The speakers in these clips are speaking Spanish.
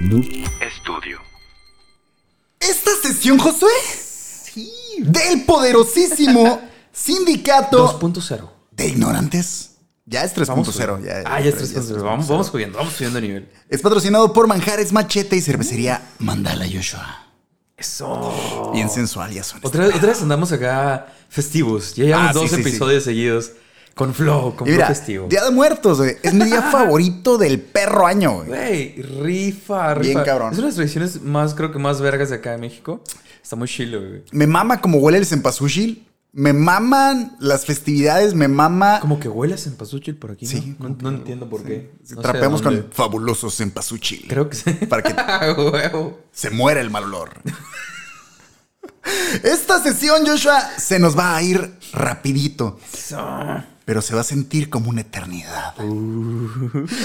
Noob Estudio. Esta sesión, Josué, Sí. del poderosísimo sindicato 2.0. de ignorantes. Ya es 3.0. Ya, Ah, ya es pero 3.0. Vamos, vamos subiendo, vamos subiendo de nivel. Es patrocinado por Manjares Machete y cervecería Mandala Joshua. Eso. Bien sensual, ya son. Oh. Otra, otra vez andamos acá festivos. Ya llevamos Ah, sí, dos sí, sí. episodios seguidos con flow, con Y flow mira, festivo. Día de Muertos, güey. Es mi día favorito del perro año, güey. Güey, rifa, rifa. Bien cabrón. Es una de las tradiciones más, creo que más vergas de acá de México. Está muy chilo, güey. Me mama como huele el cempasúchil. Me maman las festividades, me mama. Como que huelas en pasuchil por aquí, ¿no? Sí, no, no entiendo por qué. Si No sé trapeamos de dónde. con fabulosos cempasúchil. Creo que sí. Para que Ah, huevo. se muera el mal olor. Esta sesión, Joshua, se nos va a ir rapidito. Pero se va a sentir como una eternidad. Uh.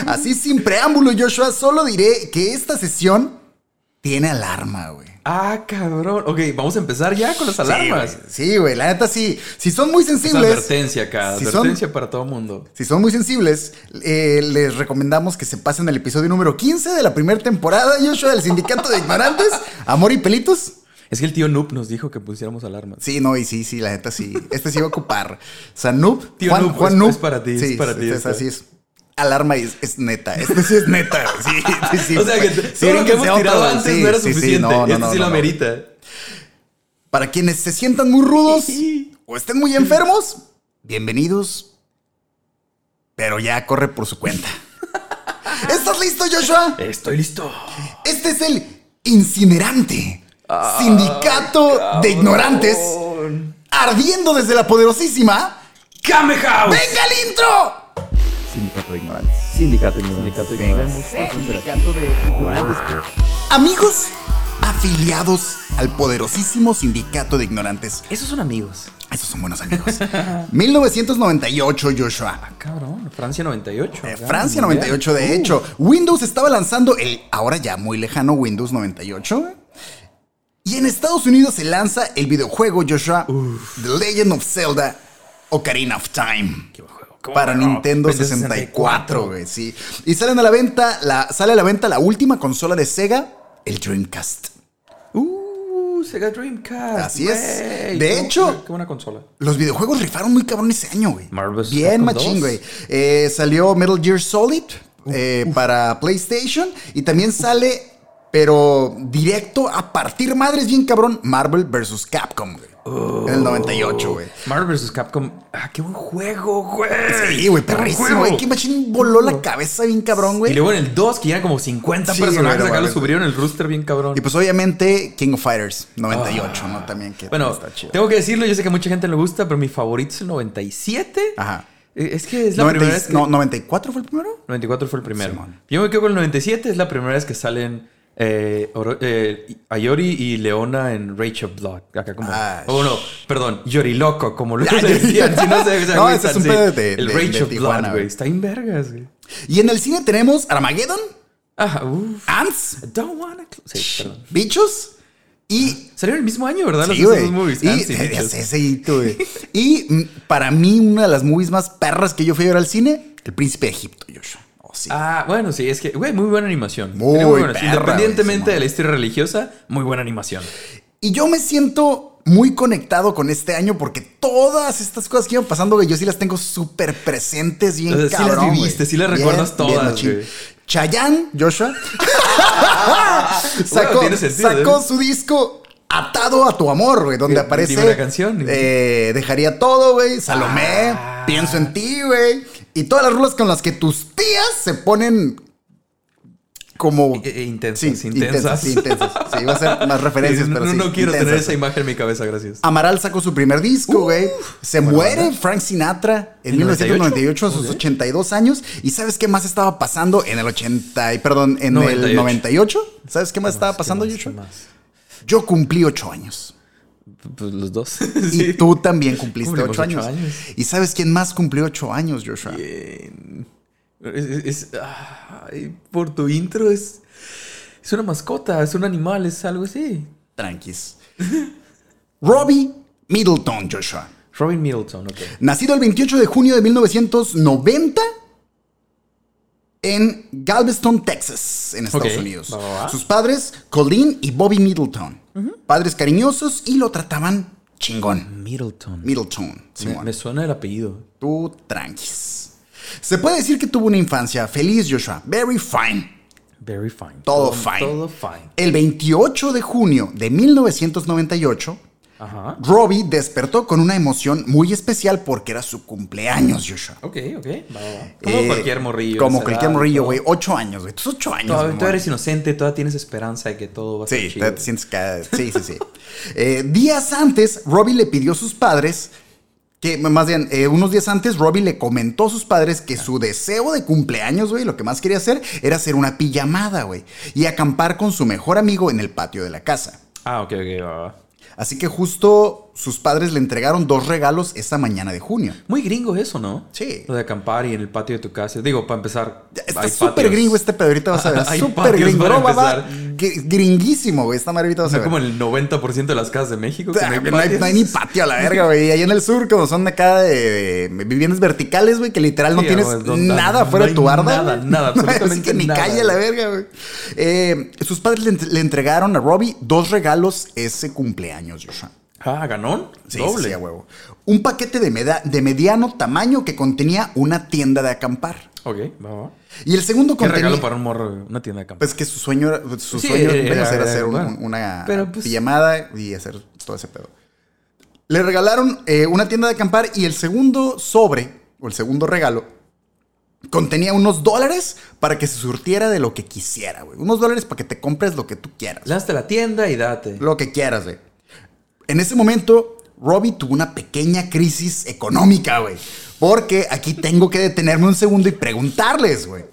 Así sin preámbulo, Joshua, solo diré que esta sesión tiene alarma, güey. Ah, cabrón. Ok, vamos a empezar ya con las alarmas. Sí, güey. Sí, güey, la neta sí. Si son muy Es una sensibles, advertencia acá, Si son- advertencia para todo mundo. si son muy sensibles, eh, les recomendamos que se pasen al episodio número 15 de la primera temporada, Joshua, del Sindicato de Ignorantes, Amor y Pelitos. Es que el tío Noob nos dijo que pusiéramos alarmas. Sí, no, y sí, sí, la neta sí. Este sí va a ocupar. O sea, Noob, Tío Juan, Noob, Juan es- Noob. es para ti, es Sí, para ti este. es- esta. así es. Alarma y es, es neta. Este sí es neta. güey. Sí, sí, sí. o sea que Sí, todo lo que brínquense hemos tirado otro, antes sí, no era sí, sí, suficiente. no, no, este no, sí lo no, no. amerita. Para quienes se sientan muy rudos o estén muy enfermos, bienvenidos. Pero ya corre por su cuenta. ¿Estás listo, Joshua? Estoy listo. Este es el incinerante. Ah, Sindicato de ignorantes. Ardiendo desde la poderosísima. ¡Kame House! ¡Venga el intro! Sindicato de Ignorantes. Sindicato de Ignorantes. Amigos afiliados al poderosísimo sindicato de ignorantes. Esos son amigos. Esos son buenos amigos. 1998, Joshua. Cabrón, Francia 98. Eh, acá, Francia mundial. 98, Uh. de hecho. Windows estaba lanzando el ahora ya muy lejano Windows 98. Y en Estados Unidos se lanza el videojuego, Joshua, The Legend of Zelda Ocarina of Time. Para Nintendo 64, güey, sí. Y salen a la venta, la, sale a la venta la última consola de Sega, el Dreamcast. Uh, Sega Dreamcast. Así es. güey. De Qué- hecho- Qué buena consola. Los videojuegos rifaron muy cabrón ese año, güey. Marvel vs. Bien Capcom machín, 2. güey. Eh, salió Metal Gear Solid eh, para PlayStation y también sale, pero directo a partir madres bien cabrón, Marvel vs. Capcom, güey. en el 98, güey. Marvel vs. Capcom. Ah, qué buen juego, güey. Sí, güey, Qué buen perrísimo, juego. güey. Que machín voló la cabeza bien cabrón, Y güey. luego en el 2, que ya eran como 50 Sí, personajes, güey, no acá lo mames. subieron el rooster bien cabrón. Y pues obviamente King of Fighters 98, ¿no? También que Ah. bueno, está chido. tengo que decirlo, yo sé que a mucha gente le gusta, pero mi favorito es el 97. Ajá. Eh, Es que es la 90 primera vez que... No, 94 fue el primero. 94 fue el primero. Simón. Yo me quedo con el 97, es la primera vez que salen eh, Oro- eh, Ayori y Leona en Rachel Blood. Acá como... Ah, oh, no, perdón, Yoriloco, como lo Ah, Yori- decían. si no, se- se No, agüitan, ese es un sí. pedo de- El de- de Rachel Tijuana, Blood, güey. güey. Está en vergas, güey. Y en el cine tenemos Armageddon, Ah, uff. Ants, Don't wanna... cl- Sí, perdón. Bichos y Salieron el mismo año, ¿verdad? Sí, dos güey. movies. Y, Ah, sí, ya dichos. sé, ese hito, güey. Y, mm, para mí, una de las movies más perras que yo fui a ver al cine, El Príncipe de Egipto, Joshua. Oh, sí. Ah, bueno, sí, es que, güey, muy buena animación. Muy Tiene buena- perra, Independientemente güey, de la historia religiosa, muy buena animación. Y yo me siento muy conectado con este año porque todas estas cosas que iban pasando, güey, yo sí las tengo súper presentes, bien O sea, sí las cabrón. güey. viviste, sí las Bien, recuerdas bien todas, machín. güey. Chayanne, Joshua, Bueno, sacó, tiene sentido, sacó ¿eh? su disco Atado a tu amor, güey, donde Dime aparece. una canción, güey. eh, dejaría todo, güey. Salomé, Ah. pienso en ti, güey. Y todas las rulas con las que tus tías se ponen. Como. E- e- intensas, sí, intensas. sí, intensas. Sí, iba a ser más referencias, no, pero no, sí, Ah, no quiero tener intensas. esa imagen en mi cabeza, gracias. Amaral sacó su primer disco, güey. Se muere Frank Sinatra en ¿En 1998 a 98? sus Ok. 82 años. ¿Y sabes qué más estaba pasando en el 80, y- perdón, en 98? el 98? ¿Sabes qué más estaba Ah, ¿Qué pasando, más? ¿Qué Yocho? más? Yo cumplí 8 años. Pues los dos. Y tú también cumpliste Cumplimos 8 ocho años. años. ¿Y sabes quién más cumplió 8 años, Joshua? Es, es- ay, por tu intro es. Es una mascota, es un animal, es algo así. Tranquis. Robbie Middleton, Joshua. Robin Middleton, ok. Nacido el 28 de junio de 1990, en Galveston, Texas, en Estados Ok. Unidos. Va, va, va. Sus padres, Colleen y Bobby Middleton. Padres cariñosos y lo trataban chingón. Middleton. Middleton, Simón. Me, me suena el apellido. Tú tranquis. Se puede decir que tuvo una infancia feliz, Joshua. Very fine. Very fine. Todo fine. Todo fine. El 28 de junio de 1998, Ajá. Robbie despertó con una emoción muy especial porque era su cumpleaños, Joshua. Ok, ok. Va, va, va. Como Eh, cualquier morrillo. Como esa cualquier edad, morrillo, todo. güey. Ocho años, güey. Tus ocho años. Todavía, mamón. todavía eres inocente, todavía tienes esperanza de que todo va a ser Sí, chido. te sientes que... Sí, sí, sí. Eh, días antes, Robbie le pidió a sus padres... Que más bien, eh, unos días antes, Robbie le comentó a sus padres que su deseo de cumpleaños, güey, lo que más quería hacer era hacer una pijamada, güey, y acampar con su mejor amigo en el patio de la casa. Ah, ok, ok, va, va. Así que justo sus padres le entregaron dos regalos esa mañana de junio. Muy gringo eso, ¿no? Sí. Lo de acampar y en el patio de tu casa. Digo, para empezar. Está hay súper patios. gringo este pedo, ahorita vas a ver. Hay Súper patios gringo. para No, va, va, empezar. gr- Gringuísimo, güey. Esta madre ahorita vas a ver. Es como el 90% de las casas de México. que Ah, no hay No hay, patios. no hay ni patio a la verga, güey. Allá en el sur, como son de acá de, de viviendas verticales, güey, que literal no Sí, tienes güey, no- nada no fuera de hay tu barda. nada, güey. nada, No, así absolutamente que ni nada, calle a la verga, güey. Eh, sus padres le, ent- le entregaron a Robbie dos regalos ese cumpleaños, Joshua. Ah, ganón. Sí, Doble. sí, sí, a huevo. Un paquete de, meda- de mediano tamaño que contenía una tienda de acampar. ok, va, va. Y el segundo ¿Qué contenía. regalo para un morro? güey? Una tienda de campo. Pues que su sueño, era- su Sí, eh, sueño era- bueno, era era- hacer un- bueno. una Pero, pues- pijamada y hacer todo ese pedo. Le regalaron eh, una tienda de acampar y el segundo sobre, o el segundo regalo, contenía unos dólares para que se surtiera de lo que quisiera, güey. Unos dólares para que te compres lo que tú quieras. Lanzaste la tienda y date. Pues- Lo que quieras, güey. En ese momento, Robbie tuvo una pequeña crisis económica, güey. Porque aquí tengo que detenerme un segundo y preguntarles, güey.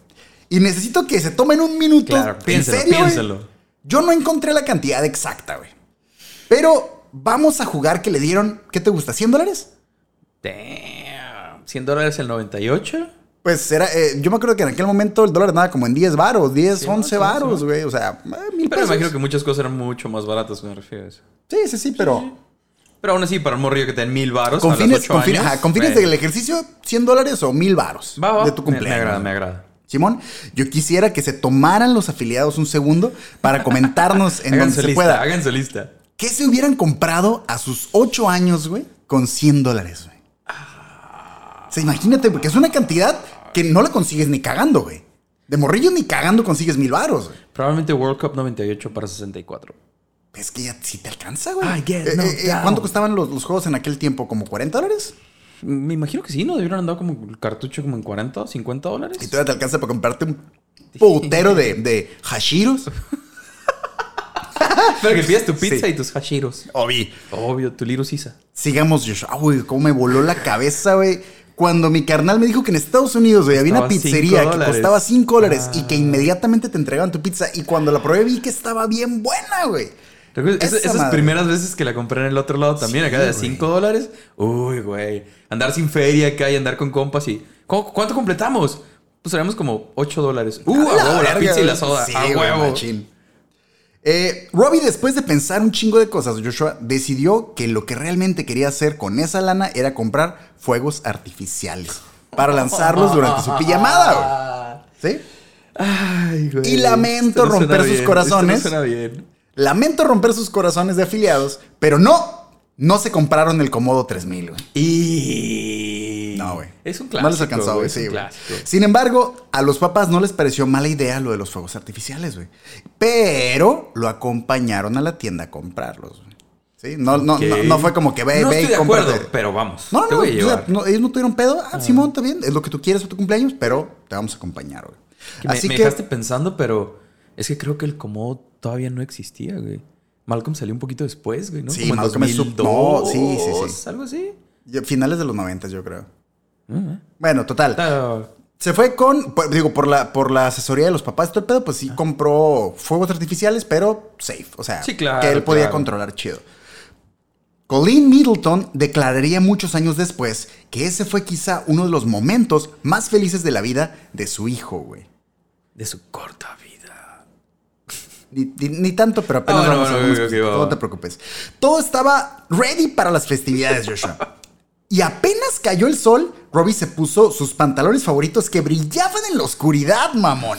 Y necesito que se tomen un minuto. Claro, ¿En piénselo, serio, güey? piénselo. Yo no encontré la cantidad exacta, güey. Pero vamos a jugar que le dieron, ¿qué te gusta? ¿100 dólares? Damn. 100 dólares el 98. Pues era, eh, yo me acuerdo que en aquel momento el dólar andaba como en 10 varos, 10, Sí, 11 ¿no? varos, Sí, güey. O sea, eh, mil Pero pesos. imagino que muchas cosas eran mucho más baratas, me refiero a eso. Sí, sí, sí, pero... Pero aún así, para un morrillo que ten mil baros Con a los fines, 8 con fines- años. ajá, con fines ve. del ejercicio, 100 dólares o 1000 varos Va, va. de tu Me- cumpleaños. Me, agrada, me agrada. Simón, yo quisiera que se tomaran los afiliados un segundo para comentarnos en donde Háganse se lista, pueda. háganse lista. ¿Qué se hubieran comprado a sus 8 años, güey, con 100 dólares, güey? O sea, imagínate, porque es una cantidad que no la consigues ni cagando, güey. De morrillo ni cagando consigues mil varos, güey. Probablemente World Cup 98 para 64. Es que ya sí te alcanza, güey. I get Eh, knocked eh, eh, ¿Cuánto down. costaban los, los juegos en aquel tiempo? ¿Como 40 dólares? Me imagino que sí, ¿no? Debieron andar como el cartucho como en 40 o 50 dólares. Y todavía te alcanza para comprarte un putero de, de hashiros. Pero que pidas tu pizza Sí. y tus hashiros. Obi. Obvio, tu Little Sisa. Sigamos, Joshua. Ah, güey, cómo me voló la cabeza, güey. Cuando mi carnal me dijo que en Estados Unidos, güey, había una Costaba cinco pizzería que dólares. Ah. costaba 5 dólares y que inmediatamente te entregaban tu pizza. Y cuando la probé, vi que estaba bien buena, güey. Recuerdo Esa esa- esas madre. primeras veces que la compré en el otro lado también, acá de güey. 5 dólares. Uy, güey. Andar sin feria acá y andar con compas y. "¿Cu- ¿Cuánto completamos? Pues seremos como 8 dólares. Uh, a la huevo, la verga, pizza y la güey. soda. Sí, a güey, huevo. machín. Eh, Robbie, después de pensar un chingo de cosas, Joshua decidió que lo que realmente quería hacer con esa lana era comprar fuegos artificiales para lanzarlos durante su pijamada, güey. ¿Sí? Ay, güey. Y lamento Esto no suena romper sus bien, corazones. Esto no suena bien. Lamento romper sus corazones de afiliados, pero no, no se compraron el Comodo 3000, güey. Y. No, güey. Es un No clásico. les alcanzó, güey, es sí, un güey. clásico. Sin embargo, a los papás no les pareció mala idea lo de los fuegos artificiales, güey. Pero lo acompañaron a la tienda a comprarlos, güey. Sí, no, no, Ok. no, no fue como que ve, no ve estoy y de acuerdo, cómprate. pero vamos. No, te no, voy a o sea, llevar. no, ellos no tuvieron pedo. Ah, Simón, está bien, es lo que tú quieres para tu cumpleaños, pero te vamos a acompañar, güey. Que me, Así me que, dejaste pensando, pero es que creo que el Comodo todavía no existía, güey. Malcolm salió un poquito después, güey, ¿no? Sí, Como en Malcolm es sub- no, sí, sí, sí. 2002, Algo así. yo- finales de los 90, yo creo. Bueno, total. Ah, Se fue con, por- digo, por la, por la asesoría de los papás, todo el pedo, pues sí compró fuegos artificiales, pero safe. O sea, Sí, claro, que él podía claro. controlar chido. Colleen Middleton declararía muchos años después que ese fue quizá uno de los momentos más felices de la vida de su hijo, güey. de su corta vida. Ni, ni- ni tanto, pero apenas Ah, bueno, vamos a bueno, unos- ok, ok, va, No va. te preocupes. Todo estaba ready para las festividades, Joshua. Y apenas cayó el sol, Robbie se puso sus pantalones favoritos que brillaban en la oscuridad, mamón.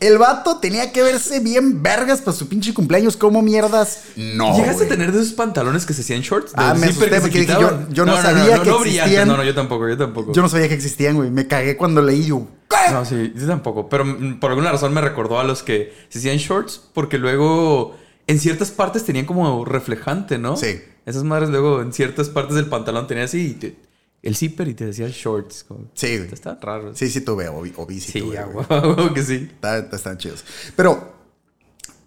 El vato tenía que verse bien vergas para su pinche cumpleaños, como mierdas. No. ¿Llegaste güey. a tener de esos pantalones que se hacían shorts? De Ah, me zipper asusté que se porque dije, quitaban. yo- yo no sabía no, que no brillante. existían. No, no, yo tampoco, yo tampoco. Yo no sabía que existían, güey. Me cagué cuando leí yo. ¿qué? No, sí, yo tampoco. Pero mm, por alguna razón me recordó a los que se hacían shorts porque luego en ciertas partes tenían como reflejante, ¿no? Sí. Esas madres luego en ciertas partes del pantalón tenían así y te- el zipper y te decía shorts. Como, Sí, güey. Está raro. Sí, sí tuve, obvi, obvi, sí, Sí, tuve, a güey. huevo que sí. Está- está- están chidos. Pero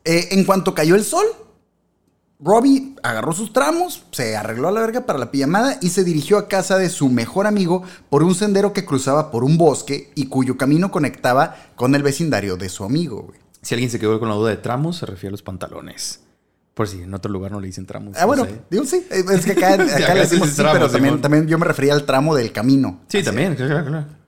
eh, en cuanto cayó el sol, Robbie agarró sus tramos, se arregló a la verga para la pijamada y se dirigió a casa de su mejor amigo por un sendero que cruzaba por un bosque y cuyo camino conectaba con el vecindario de su amigo, güey. Si alguien se quedó con la duda de tramos, se refiere a los pantalones. Por si en otro lugar no le dicen tramos. Ah, bueno, no sé. digo sí. eh, Es que acá, acá acá le sí decimos es sí, tramo, pero también, Simón. también yo me refería al tramo del camino. Sí, también. Claro, claro, claro.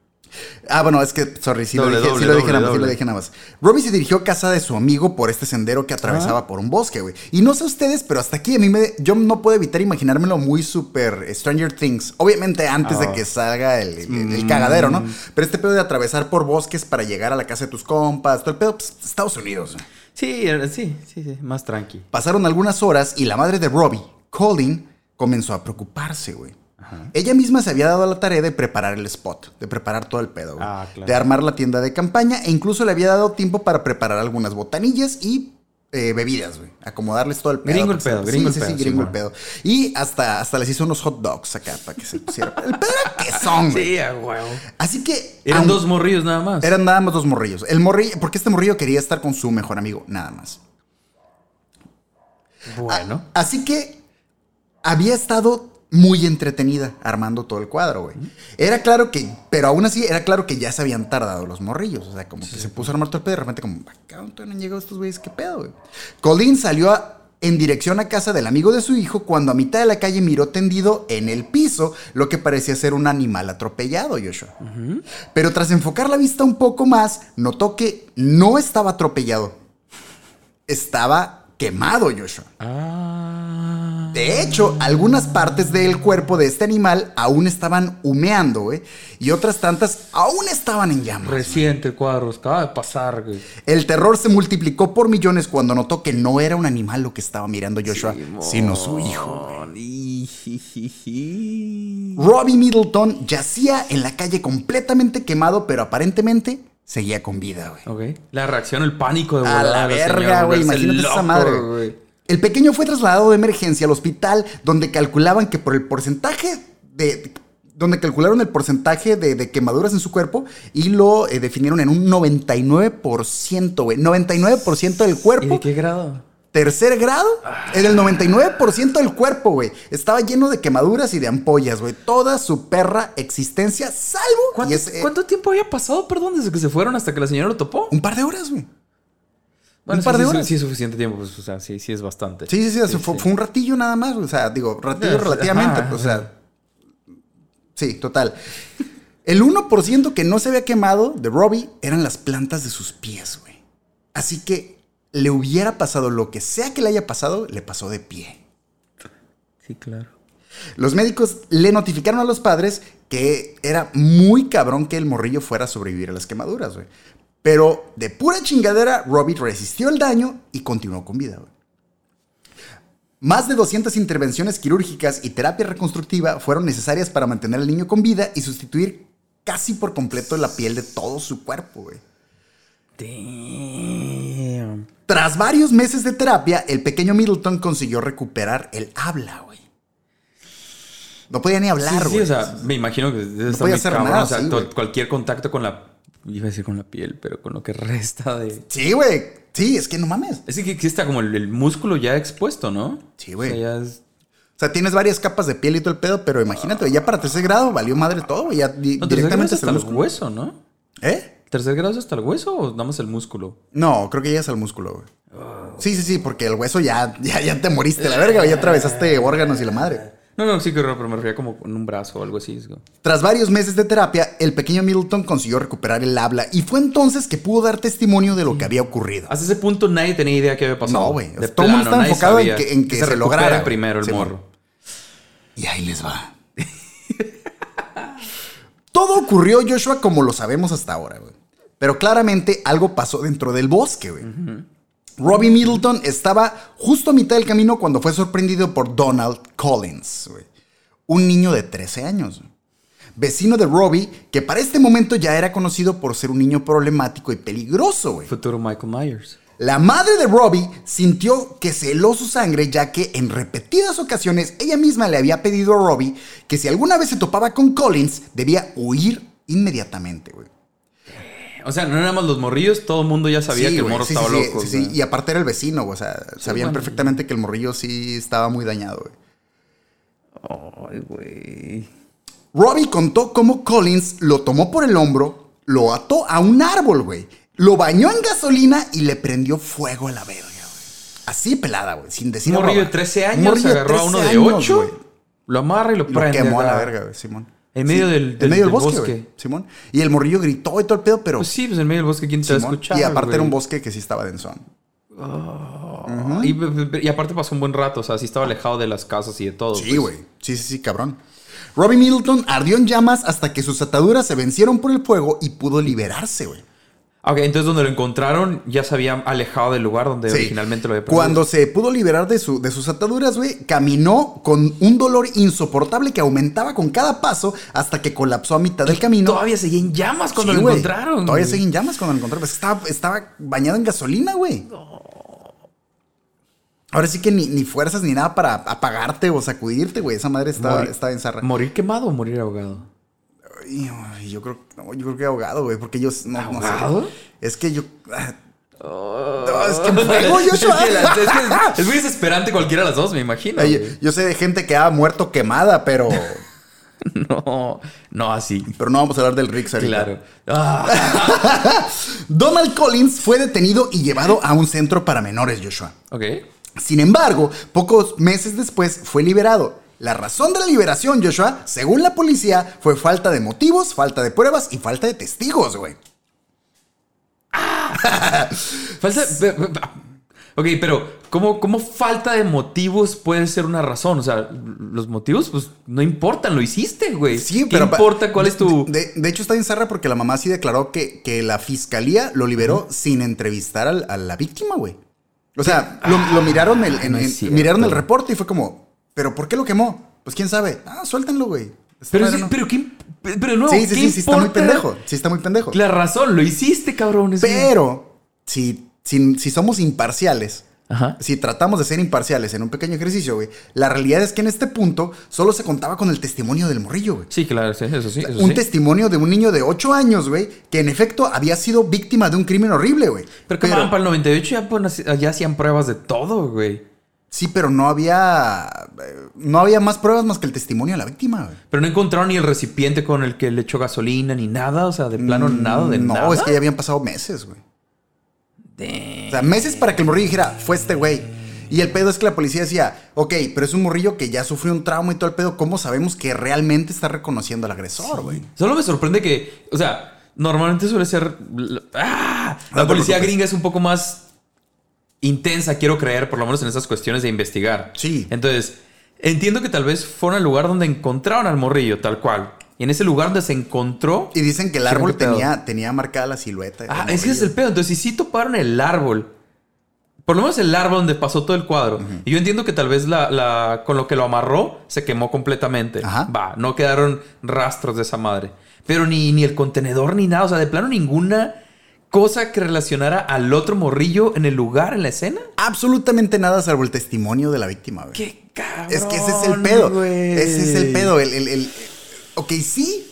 Ah, bueno, es que, sorry, sí, Doble, lo, dije, sí doble, lo dije doble, nada más, sí doble. lo dije nada más. Robbie se dirigió a casa de su amigo por este sendero que atravesaba por un bosque, güey. Y no sé ustedes, pero hasta aquí a mí me, yo no puedo evitar imaginármelo muy súper eh, Stranger Things. Obviamente antes de Ah. que salga el, el- Mm. el cagadero, ¿no? Pero este pedo de atravesar por bosques para llegar a la casa de tus compas, todo el pedo, pues, Estados Unidos. güey. Sí, era- sí, sí, sí, más tranqui. Pasaron algunas horas y la madre de Robbie, Colin, comenzó a preocuparse, güey. Ella misma se había dado la tarea de preparar el spot, de preparar todo el pedo, güey. Ah, claro. de armar la tienda de campaña e incluso le había dado tiempo para preparar algunas botanillas y eh, bebidas, güey. Acomodarles todo el pedo. Gringo el Pues, pedo, sí, gringo el sí, sí, pedo, gringo el Simón. pedo. Y hasta, hasta les hizo unos hot dogs acá para que se pusieran. el pedo era que son, güey. Sí, a huevo. Así que... Eran aun- dos morrillos nada más. eran nada más dos morrillos. El morrillo, porque este morrillo quería estar con su mejor amigo, nada más. Bueno. A- Ah, así que había estado muy entretenida armando todo el cuadro, güey. Era claro que, pero aún así, era claro que ya se habían tardado los morrillos. O sea, como que se puso a armar todo el pedo y de repente, como, "Ah, cabrón, todavía no han llegado estos güeyes, qué pedo, güey. Colin salió a- en dirección a casa del amigo de su hijo cuando a mitad de la calle miró tendido en el piso lo que parecía ser un animal atropellado, Joshua. Pero tras enfocar la vista un poco más, notó que no estaba atropellado. Estaba quemado, Joshua. Ah. De hecho, algunas partes del cuerpo de este animal aún estaban humeando, güey, y otras tantas aún estaban en llamas. Reciente el cuadro, acaba de pasar, güey. El terror se multiplicó por millones cuando notó que no era un animal lo que estaba mirando Joshua, sino su hijo. Robbie Middleton yacía en la calle completamente quemado, pero aparentemente seguía con vida, güey. Ok. La reacción, el pánico de A la volada, señor, verga, güey, volverse imagínate esa loco, madre. güey. El pequeño fue trasladado de emergencia al hospital donde calculaban que por el porcentaje de... donde calcularon el porcentaje de, de quemaduras en su cuerpo y lo eh, definieron en un 99%, güey. 99% del ¿Y cuerpo. de qué Ah. grado? Tercer grado, en el 99% del cuerpo, güey. Estaba lleno de quemaduras y de ampollas, güey. Toda su perra existencia, salvo... y ¿Cuánto, es, eh, cuánto tiempo había pasado, perdón, desde que se fueron hasta que la señora lo topó? Un par de horas, güey. Bueno, un par sí, de sí, horas. Sí, es suficiente tiempo, pues, o sea, sí, sí es bastante. Sí, sí, sí, o sea, fue, sí. fue un ratillo nada más, o sea, digo, ratillo Ajá, relativamente, pues, o sea, ajá. sí, total. El 1% que no se había quemado de Robbie eran las plantas de sus pies, güey. Así que le hubiera pasado lo que sea que le haya pasado, le pasó de pie. Sí, claro. Los médicos le notificaron a los padres que era muy cabrón que el morrillo fuera a sobrevivir a las quemaduras, güey. Pero de pura chingadera, Robbie resistió el daño y continuó con vida, güey. Más de 200 intervenciones quirúrgicas y terapia reconstructiva fueron necesarias para mantener al niño con vida y sustituir casi por completo la piel de todo su cuerpo, güey. Eh, Damn. Tras varios meses de terapia, el pequeño Middleton consiguió recuperar el habla, güey. No podía ni Sí, hablar, güey. sí, o sea, me imagino que debe estar podía muy hacer cabrón, nada, o sea, sí, to- güey. cualquier contacto con la iba a decir con la piel, pero con lo que resta de Sí, güey. Sí, es que no mames. Es que aquí está como el, el músculo ya expuesto, ¿no? Sí, güey. O sea, ya es- O sea, tienes varias capas de piel y todo el pedo, pero imagínate, ya para tercer grado valió madre todo, güey. Ya di- No, tercer grado es directamente hasta hasta el el músculo. hueso, ¿no? ¿Eh? ¿Tercer grado es hasta el hueso o damos el músculo? No, creo que llegas al músculo, güey. Sí, sí, sí, porque el hueso ya, ya, ya te moriste la verga, güey, ya atravesaste órganos y la madre. No, no, sí que pero me refería como en un brazo o algo así. es como- Tras varios meses de terapia, el pequeño Middleton consiguió recuperar el habla y fue entonces que pudo dar testimonio de lo que había ocurrido. Hasta ese punto nadie tenía idea qué había pasado. No, güey. De Todo el mundo plano, estaba nadie enfocado en sabía. que- en que se recupere lograra, güey. primero el Sí, morro. Y ahí les va. Todo ocurrió, Joshua, como lo sabemos hasta ahora, güey. Pero claramente algo pasó dentro del bosque, güey. Robbie Middleton estaba justo a mitad del camino cuando fue sorprendido por Donald Collins, güey. Un niño de 13 años. güey. Vecino de Robbie, que para este momento ya era conocido por ser un niño problemático y peligroso, güey. Futuro Michael Myers. La madre de Robbie sintió que se heló su sangre ya que en repetidas ocasiones ella misma le había pedido a Robbie que si alguna vez se topaba con Collins debía huir inmediatamente, güey. O sea, no eran más los morrillos, todo el mundo ya sabía Sí, que el güey, morro sí, estaba sí, sí, loco. sí, sí. güey. Y aparte era el vecino, güey, o sea, sabían bueno. perfectamente que el morrillo sí estaba muy dañado, güey. Ay, güey. Robbie contó cómo Collins lo tomó por el hombro, lo ató a un árbol, güey. Lo bañó en gasolina y le prendió fuego a la verga, güey. Así pelada, güey, sin decir Un morrillo de arroba. 13 Un años morrillo se de agarró a uno 13 de años, 8, güey. lo amarra y lo Lo prende. quemó a la acá. verga, güey, Simón. En medio del- en del- medio del, del bosque, bosque. güey, Simón. Y el morrillo gritó y todo el pedo, pero. Pues sí, pues en medio del bosque, ¿quién te va a Simón. escuchar? y aparte era un güey? bosque que sí estaba densón. Y- y, y aparte pasó un buen rato, o sea, sí estaba alejado de las casas y de todo. Sí, pues. güey. Sí, sí, sí, cabrón. Robbie Middleton ardió en llamas hasta que sus ataduras se vencieron por el fuego y pudo liberarse, güey. Ok, entonces donde lo encontraron ya se había alejado del lugar donde Sí. originalmente lo había perdido. Cuando se pudo liberar de, su- de sus ataduras, güey, caminó con un dolor insoportable que aumentaba con cada paso hasta que colapsó a mitad del camino. Todavía seguía en llamas cuando Sí, lo güey. encontraron. Todavía güey. seguían llamas cuando lo encontraron. Pues estaba, estaba bañado en gasolina, güey. Ahora sí que ni, ni fuerzas ni nada para apagarte o sacudirte, güey. Esa madre estaba, Morir- estaba en zarra. ¿Morir quemado o morir ahogado? Ay, ay, yo creo, no, yo creo que ahogado, güey, porque yo no, no sé. ¿Ahogado? Oh. Es que yo. ah, No, es que en fuego, Joshua. Es que la- es que es muy desesperante cualquiera de las dos, me imagino. ay, güey. yo sé de gente que ha muerto quemada, pero. No, no así. Pero no vamos a hablar del Rix ahorita. Claro. Ah, Donald Collins fue detenido y llevado a un centro para menores, Joshua. ok. Sin embargo, pocos meses después fue liberado. La razón de la liberación, Joshua, según la policía, fue falta de motivos, falta de pruebas y falta de testigos, güey. Falta. Pues pe- pe- pa- Ok, pero ¿cómo, ¿cómo falta de motivos puede ser una razón? O sea, los motivos, pues no importan, lo hiciste, güey. Sí, ¿Qué pero. pa- importa cuál es tu. De, de hecho, está en zarra porque la mamá sí declaró que, que la fiscalía lo liberó sin entrevistar al- a la víctima, güey. O sea, lo, lo miraron, el, en- Ah, no es en- cierto. miraron el reporte y fue como, ¿pero por qué lo quemó? Pues quién sabe. Ah, suéltenlo, güey. Esta Pero, madre sí, no. pero, ¿qué, imp- pero no, sí, sí, ¿qué sí, sí, está muy importa pendejo. Sí, está muy pendejo. La razón, lo hiciste, cabrón. es un- Pero si, si, si somos imparciales, Ajá. si tratamos de ser imparciales en un pequeño ejercicio, güey, la realidad es que en este punto solo se contaba con el testimonio del morrillo, güey. Sí, claro, sí, eso sí. Eso Un sí. testimonio de un niño de 8 años, güey, que en efecto había sido víctima de un crimen horrible, güey. Pero que para el 98 ya, pueden hacer- ya hacían pruebas de todo, güey. Sí, pero no había. eh, No había más pruebas más que el testimonio de la víctima, güey. Pero no encontraron ni el recipiente con el que le echó gasolina ni nada. O sea, de plano nada de Mm, no, nada. es que ya habían pasado meses, güey. De- O sea, meses para que el morrillo dijera, fue este güey. Y el pedo es que la policía decía, ok, pero es un morrillo que ya sufrió un trauma y todo el pedo. ¿Cómo sabemos que realmente está reconociendo al agresor, güey? Solo me sorprende que, o sea, normalmente suele ser... ¡Ah! La No te policía preocupes. gringa es un poco más intensa, quiero creer, por lo menos en esas cuestiones de investigar. Sí. Entonces, entiendo que tal vez fueron al lugar donde encontraron al morrillo, tal cual. Y en ese lugar donde se encontró... Y dicen que el Dijeron, árbol "¿Qué pedo?". tenía, tenía marcada la silueta. del Ah, ese es morrillo. el pedo. Entonces, si sí toparon el árbol, por lo menos el árbol donde pasó todo el cuadro. Y yo entiendo que tal vez la, la- con lo que lo amarró se quemó completamente. Ajá. Va, no quedaron rastros de esa madre. Pero ni, ni el contenedor ni nada. O sea, de plano ninguna cosa que relacionara al otro morrillo en el lugar, en la escena. Absolutamente nada salvo el testimonio de la víctima, güey. ¡Qué cabrón! Es que ese es el pedo. güey! Ese es el pedo. El, el- el- Ok, sí,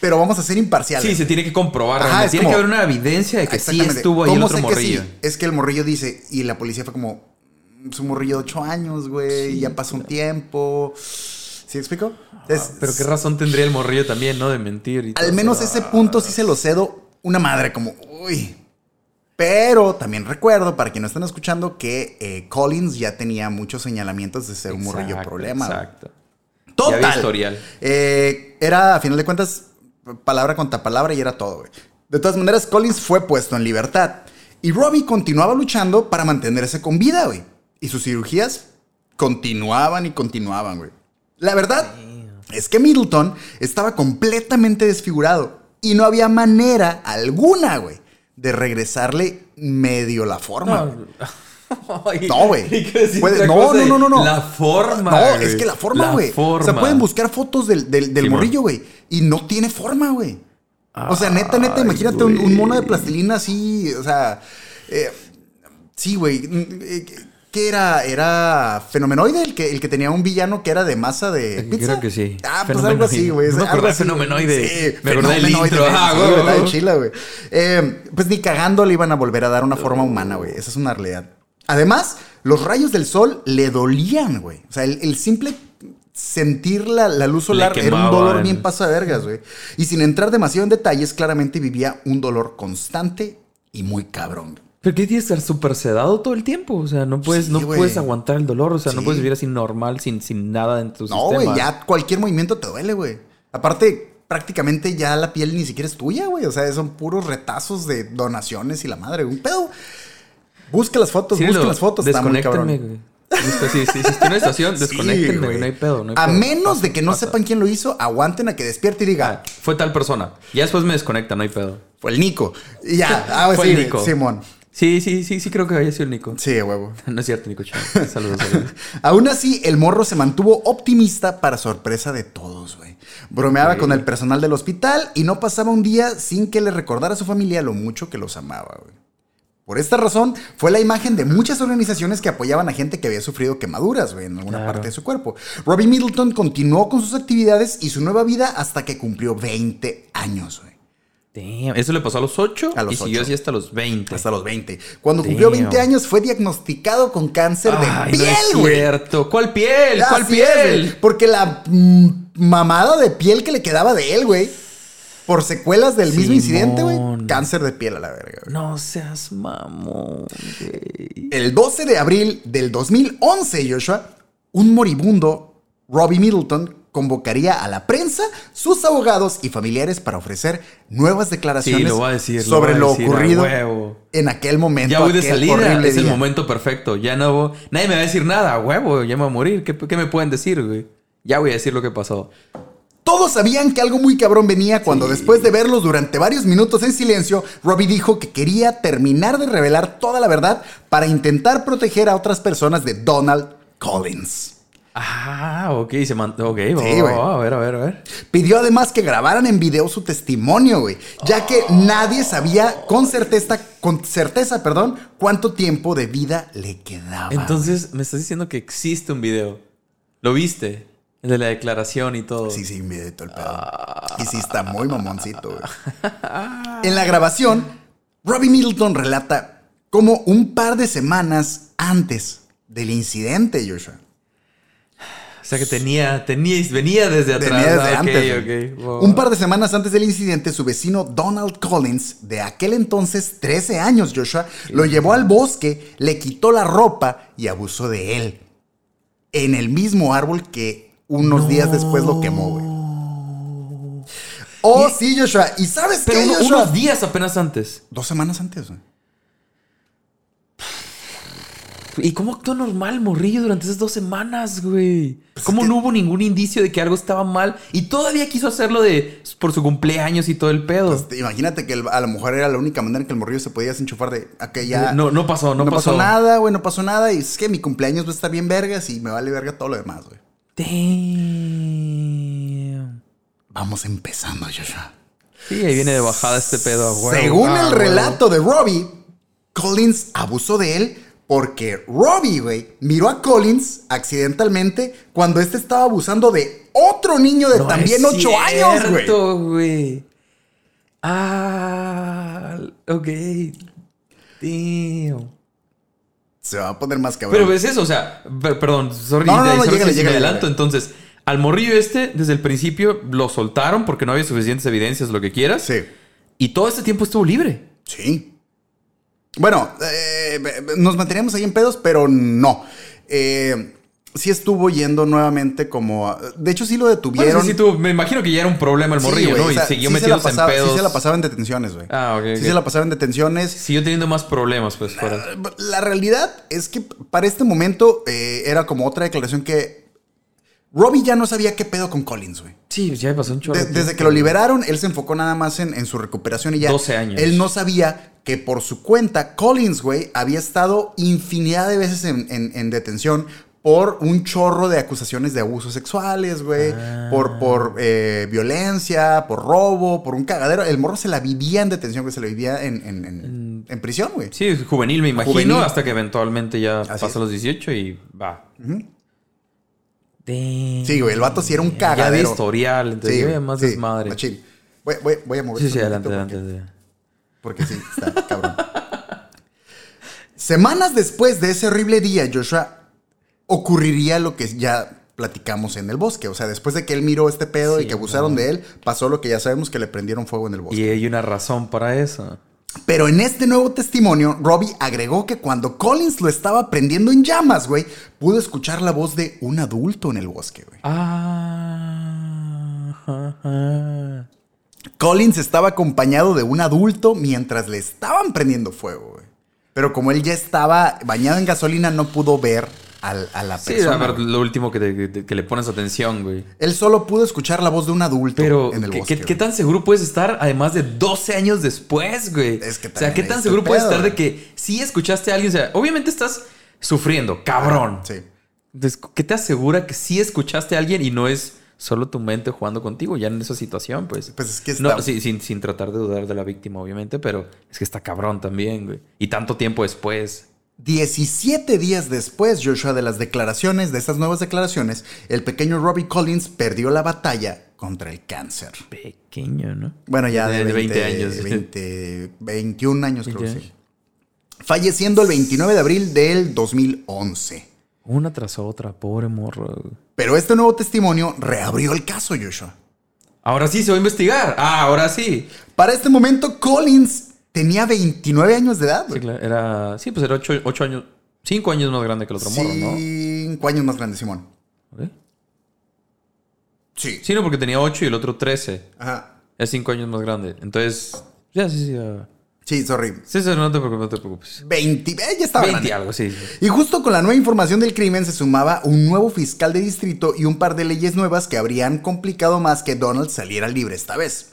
pero vamos a ser imparciales. Sí, se tiene que comprobar. Ajá, realmente. es tiene como- que haber una evidencia de que sí Exactamente. estuvo ahí el ¿Cómo otro sé que sí? morrillo. Es que el morrillo dice, y la policía fue como, "Mm, su morrillo de 8 años, güey, ya pasó un tiempo. ¿Sí explico? Es- Ah, Pero qué razón tendría el morrillo también, ¿no? De mentir. y al todo. menos ese punto sí se lo cedo una madre, como, uy. Pero también recuerdo, para quienes no están escuchando, que eh, Collins ya tenía muchos señalamientos de ser un morrillo Exacto, problema. güey. Exacto. Ya Total. había historial. Eh, era, a final de cuentas, palabra contra palabra y era todo, güey. De todas maneras, Collins fue puesto en libertad. Y Robbie continuaba luchando para mantenerse con vida, güey. Y sus cirugías continuaban y continuaban, güey. La verdad, es que Middleton estaba completamente desfigurado y no había manera alguna, güey, de regresarle medio la forma. güey. Ay, No, güey. creí que decía Puede- otra no, cosa no, no, y- no, no. La forma. No, güey. es que la forma, güey. O sea, forma. pueden buscar fotos del, del, del Simón. morrillo, güey. Y no tiene forma, güey. O sea, neta, neta, Ay, imagínate un, un mono de güey. plastilina así, o sea... eh, sí, güey. mm, eh, ¿Qué era? ¿Era Fenomenoide el que, el que tenía un villano que era de masa de Eh, Creo pizza? que sí. Ah, pues algo así, güey. Fenomenoide. No me algo acordaba de así, güey. Fenomenoide. Sí, Me acordé del Fenomenoide, intro. Ah, sí, güey, güey, está güey. chila, güey. Eh, pues ni cagando le iban a volver a dar una forma humana, güey. Esa es una realidad. Además, los rayos del sol le dolían, güey. O sea, el, el simple sentir la, la luz solar era un quemaban. dolor bien pasa vergas, güey. Y sin entrar demasiado en detalles, claramente vivía un dolor constante y muy cabrón. Pero que tienes que estar súper sedado todo el tiempo. O sea, no puedes, Sí, no güey. puedes aguantar el dolor. O sea, Sí. no puedes vivir así normal, sin, sin nada en tu No, sistema. güey, ya cualquier movimiento te duele, güey. Aparte, prácticamente ya la piel ni siquiera es tuya, güey. O sea, son puros retazos de donaciones y la madre, güey. Un pedo. Busca las fotos, Sí, busca lo- las fotos. Está muy cabrón. Desconéctenme, güey. Listo, sí, sí, si estoy en una estación, Sí, desconéctenme, güey. güey, no hay pedo. No hay a pedo. menos Pasa, de que no pasa. sepan quién lo hizo, aguanten a que despierte y diga, Ah, Fue tal persona. Ya después me desconecta, no hay pedo. fue el Nico. Y ya, ah, Fue sí, el Nico. Simón. Sí, sí, sí, sí, creo que haya sido el Nico. Sí, huevo. No es cierto, Nico Chan. Saludos. saludos. Aún así, el morro se mantuvo optimista para sorpresa de todos, güey. Bromeaba con el personal del hospital y no pasaba un día sin que le recordara a su familia lo mucho que los amaba, güey. Por esta razón, fue la imagen de muchas organizaciones que apoyaban a gente que había sufrido quemaduras, güey, en alguna Claro. parte de su cuerpo. Robbie Middleton continuó con sus actividades y su nueva vida hasta que cumplió 20 años, güey. Damn, Eso le pasó a los 8 A los y siguió ocho. así hasta los 20. Hasta los 20. Cuando cumplió Damn. 20 años, fue diagnosticado con cáncer Ay, de no piel, es güey. cierto. ¿Cuál piel? ¿Cuál Así es, piel? güey, porque la mm, mamada de piel que le quedaba de él, güey, por secuelas del mismo Simón. incidente, güey, cáncer de piel a la verga. güey. No seas mamón, güey. El 12 de abril del 2011, Joshua, un moribundo, Robbie Middleton, convocaría a la prensa, sus abogados y familiares para ofrecer nuevas declaraciones lo voy a decir, lo sobre voy a lo, decir, a ocurrido huevo. en aquel momento. Ya voy de aquel salida. horrible Es el día. momento perfecto. Ya no. Nadie me va a decir nada, huevo. Ya me voy a morir. ¿Qué, qué me pueden decir, güey? Ya voy a decir lo que pasó. Todos sabían que algo muy cabrón venía cuando después de verlos durante varios minutos en silencio, Robbie dijo que quería terminar de revelar toda la verdad para intentar proteger a otras personas de Donald Collins. Ah, ok. Se man... Ok, va, Sí, va, güey. va, a ver, a ver, a ver. Pidió además que grabaran en video su testimonio, güey, ya que nadie sabía con certeza, con certeza, perdón, cuánto tiempo de vida le quedaba. Entonces, me estás diciendo que existe un video. ¿Lo viste? El de la declaración y todo. Sí, sí, me dio todo el pedo. Y sí, está muy mamoncito, güey. Ah. En la grabación, Robbie Middleton relata cómo un par de semanas antes del incidente, Joshua. O sea que tenía, tenía, venía desde atrás. Venía desde Ah, ok, antes, güey. ok, va, Un va. par de semanas antes del incidente, su vecino Donald Collins, de aquel entonces 13 años, Joshua, lo llevó al bosque, le quitó la ropa y abusó de él. En el mismo árbol que unos días después lo quemó, güey. Oh, sí, Joshua. ¿Y sabes Pero qué, uno- Joshua? unos días apenas antes. Dos semanas antes, güey. ¿Y cómo actuó normal Morrillo durante esas dos semanas, güey? Pues ¿Cómo no hubo ningún indicio de que algo estaba mal? Y todavía quiso hacerlo de por su cumpleaños y todo el pedo. Pues, imagínate que el- a lo mejor era la única manera en que el morrillo se podía desenchufar de acá ya. no, no pasó, no, no pasó pasó. nada, güey, no pasó nada. Y es que mi cumpleaños va a estar bien vergas y me vale verga todo lo demás, güey. Damn. Vamos empezando, Joshua. Sí, ahí viene de bajada este pedo, güey. Según Ah, el güey. relato de Robbie, Collins abusó de él porque Robbie, güey, miró a Collins accidentalmente cuando este estaba abusando de otro niño de No también es ocho años, güey. cierto, güey. Ah, ok. Damn. Se va a poner más cabrón. Pero es eso, o sea, per- perdón, sorry, No, no, de- no, no, sorry llégale, si llégale, me adelanto. llégale. Entonces, al morrillo este, desde el principio lo soltaron porque no había suficientes evidencias, lo que quieras. Sí, Y todo este tiempo estuvo libre. sí. Bueno, eh, nos manteníamos ahí en pedos, pero no. Eh, sí estuvo yendo nuevamente como... a- de hecho, sí lo Bueno, detuvieron. sí, sí tuvo- me imagino que ya era un problema el Sí, morrillo, güey, ¿no? o Y sea, siguió sí se la metiéndose en pasaba- pedos. Sí se la pasaba en detenciones, güey. Ah, ok, Sí ok. se la pasaba en detenciones. Siguió teniendo más problemas, pues, fuera. La realidad es que para este momento eh, era como otra declaración que Robbie ya no sabía qué pedo con Collins, güey. Sí, pues ya me pasó un chorro. De- tiempo. desde que lo liberaron, él se enfocó nada más en, en su recuperación y ya. 12 años. Él no sabía que por su cuenta, Collins, güey, había estado infinidad de veces en, en- en detención por un chorro de acusaciones de abusos sexuales, güey, Ah. por, por eh, violencia, por robo, por un cagadero. El morro se la vivía en detención, güey, se la vivía en, en- en- en prisión, güey. Sí, es juvenil, me imagino, Juvenil. hasta que eventualmente ya pasa es. los 18 y va. Sí, Sí, güey, el vato sí era un Ya de cagadero. historial, entonces ya había más sí, desmadre. machín. Voy, voy- voy a mover Sí, esto sí, un adelante, poquito adelante. adelante. Porque sí, está cabrón. Semanas después de ese horrible día, Joshua, ocurriría lo que ya platicamos en el bosque. O sea, después de que él miró este pedo y Sí, que abusaron de él, pasó lo que ya sabemos que le prendieron fuego en el bosque. Y hay una razón para eso. Pero en este nuevo testimonio, Robbie agregó que cuando Collins lo estaba prendiendo en llamas, güey, pudo escuchar la voz de un adulto en el bosque, güey. Ah. ajá. Collins estaba acompañado de un adulto mientras le estaban prendiendo fuego, güey. Pero como él ya estaba bañado en gasolina, no pudo ver al- a la Sí, persona. a ver, güey. lo último que, te- que- que le pones atención, güey. Él solo pudo escuchar la voz de un adulto Pero, en el ¿qué, bosque. qué- güey. qué tan seguro puedes estar además de 12 años después, güey? Es que o sea, ¿qué también tan es seguro tu puedes pedo, estar de güey. que sí escuchaste a alguien? O sea, obviamente estás sufriendo, cabrón. Sí. Entonces, ¿qué te asegura que sí escuchaste a alguien y no es solo tu mente jugando contigo ya en esa situación, pues? Pues es que está- No, sí, sin, sin tratar de dudar de la víctima, obviamente, pero es que está cabrón también, güey. Y tanto tiempo después. 17 días después, Joshua, de las declaraciones, de estas nuevas declaraciones, el pequeño Robbie Collins perdió la batalla contra el cáncer. Pequeño, ¿no? Bueno, ya de, De 20, 20 años. 20, 21 años creo que 20 sí. Falleciendo el 29 de abril del 2011. Una tras otra, pobre morro. güey. Pero este nuevo testimonio reabrió el caso, Joshua. Ahora sí se va a investigar. Ah, ahora sí. Para este momento, Collins tenía 29 años de edad. Sí, güey. claro, era. Sí, pues era ocho, ocho años. Cinco años más grande que el otro morro, ¿no? Cinco años más grande, Simón. Ok. Sí. Sí, no, porque tenía ocho y el otro trece. Ajá. Es cinco años más grande. Entonces. Ya, sí, sí. ya. Sí, sorry. Sí, sí, no te preocupes, no te preocupes. 20, eh, ya estaba 20 grande. algo, sí. sí. Y justo con la nueva información del crimen se sumaba un nuevo fiscal de distrito y un par de leyes nuevas que habrían complicado más que Donald saliera libre esta vez.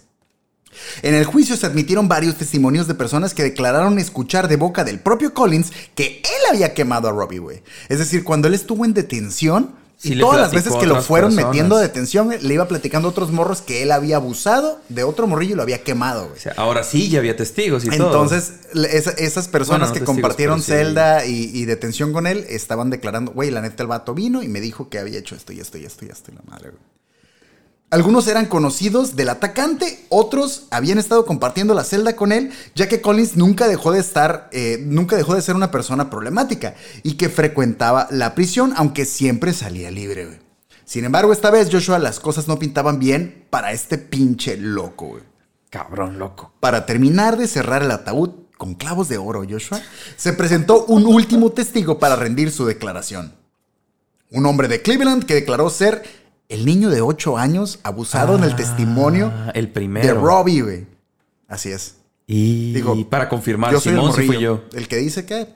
En el juicio se admitieron varios testimonios de personas que declararon escuchar de boca del propio Collins que él había quemado a Robbie, güey. Es decir, cuando él estuvo en detención Sí, y le todas las platicó veces a que lo otras fueron personas. metiendo a detención, güey, le iba platicando a otros morros que él había abusado de otro morrillo y lo había quemado, güey. O sea, ahora sí ya había testigos y todo. Entonces, le- esa- esas personas Bueno, no que testigos, compartieron pero sí. celda y, y detención con él estaban declarando, güey, la neta el vato vino y me dijo que había hecho esto y esto y esto y esto y la madre, güey. Algunos eran conocidos del atacante, otros habían estado compartiendo la celda con él, ya que Collins nunca dejó de estar, eh, nunca dejó de ser una persona problemática y que frecuentaba la prisión, aunque siempre salía libre, güey. Sin embargo, esta vez, Joshua, las cosas no pintaban bien para este pinche loco, güey. Cabrón, loco. Para terminar de cerrar el ataúd con clavos de oro, Joshua, se presentó un último testigo para rendir su declaración. Un hombre de Cleveland que declaró ser el niño de 8 años abusado en el Ah, testimonio el primero. de Robbie, güey. Así es. Y Digo, para confirmar, Yo soy el Simón sí fui morrillo, yo. El que dice que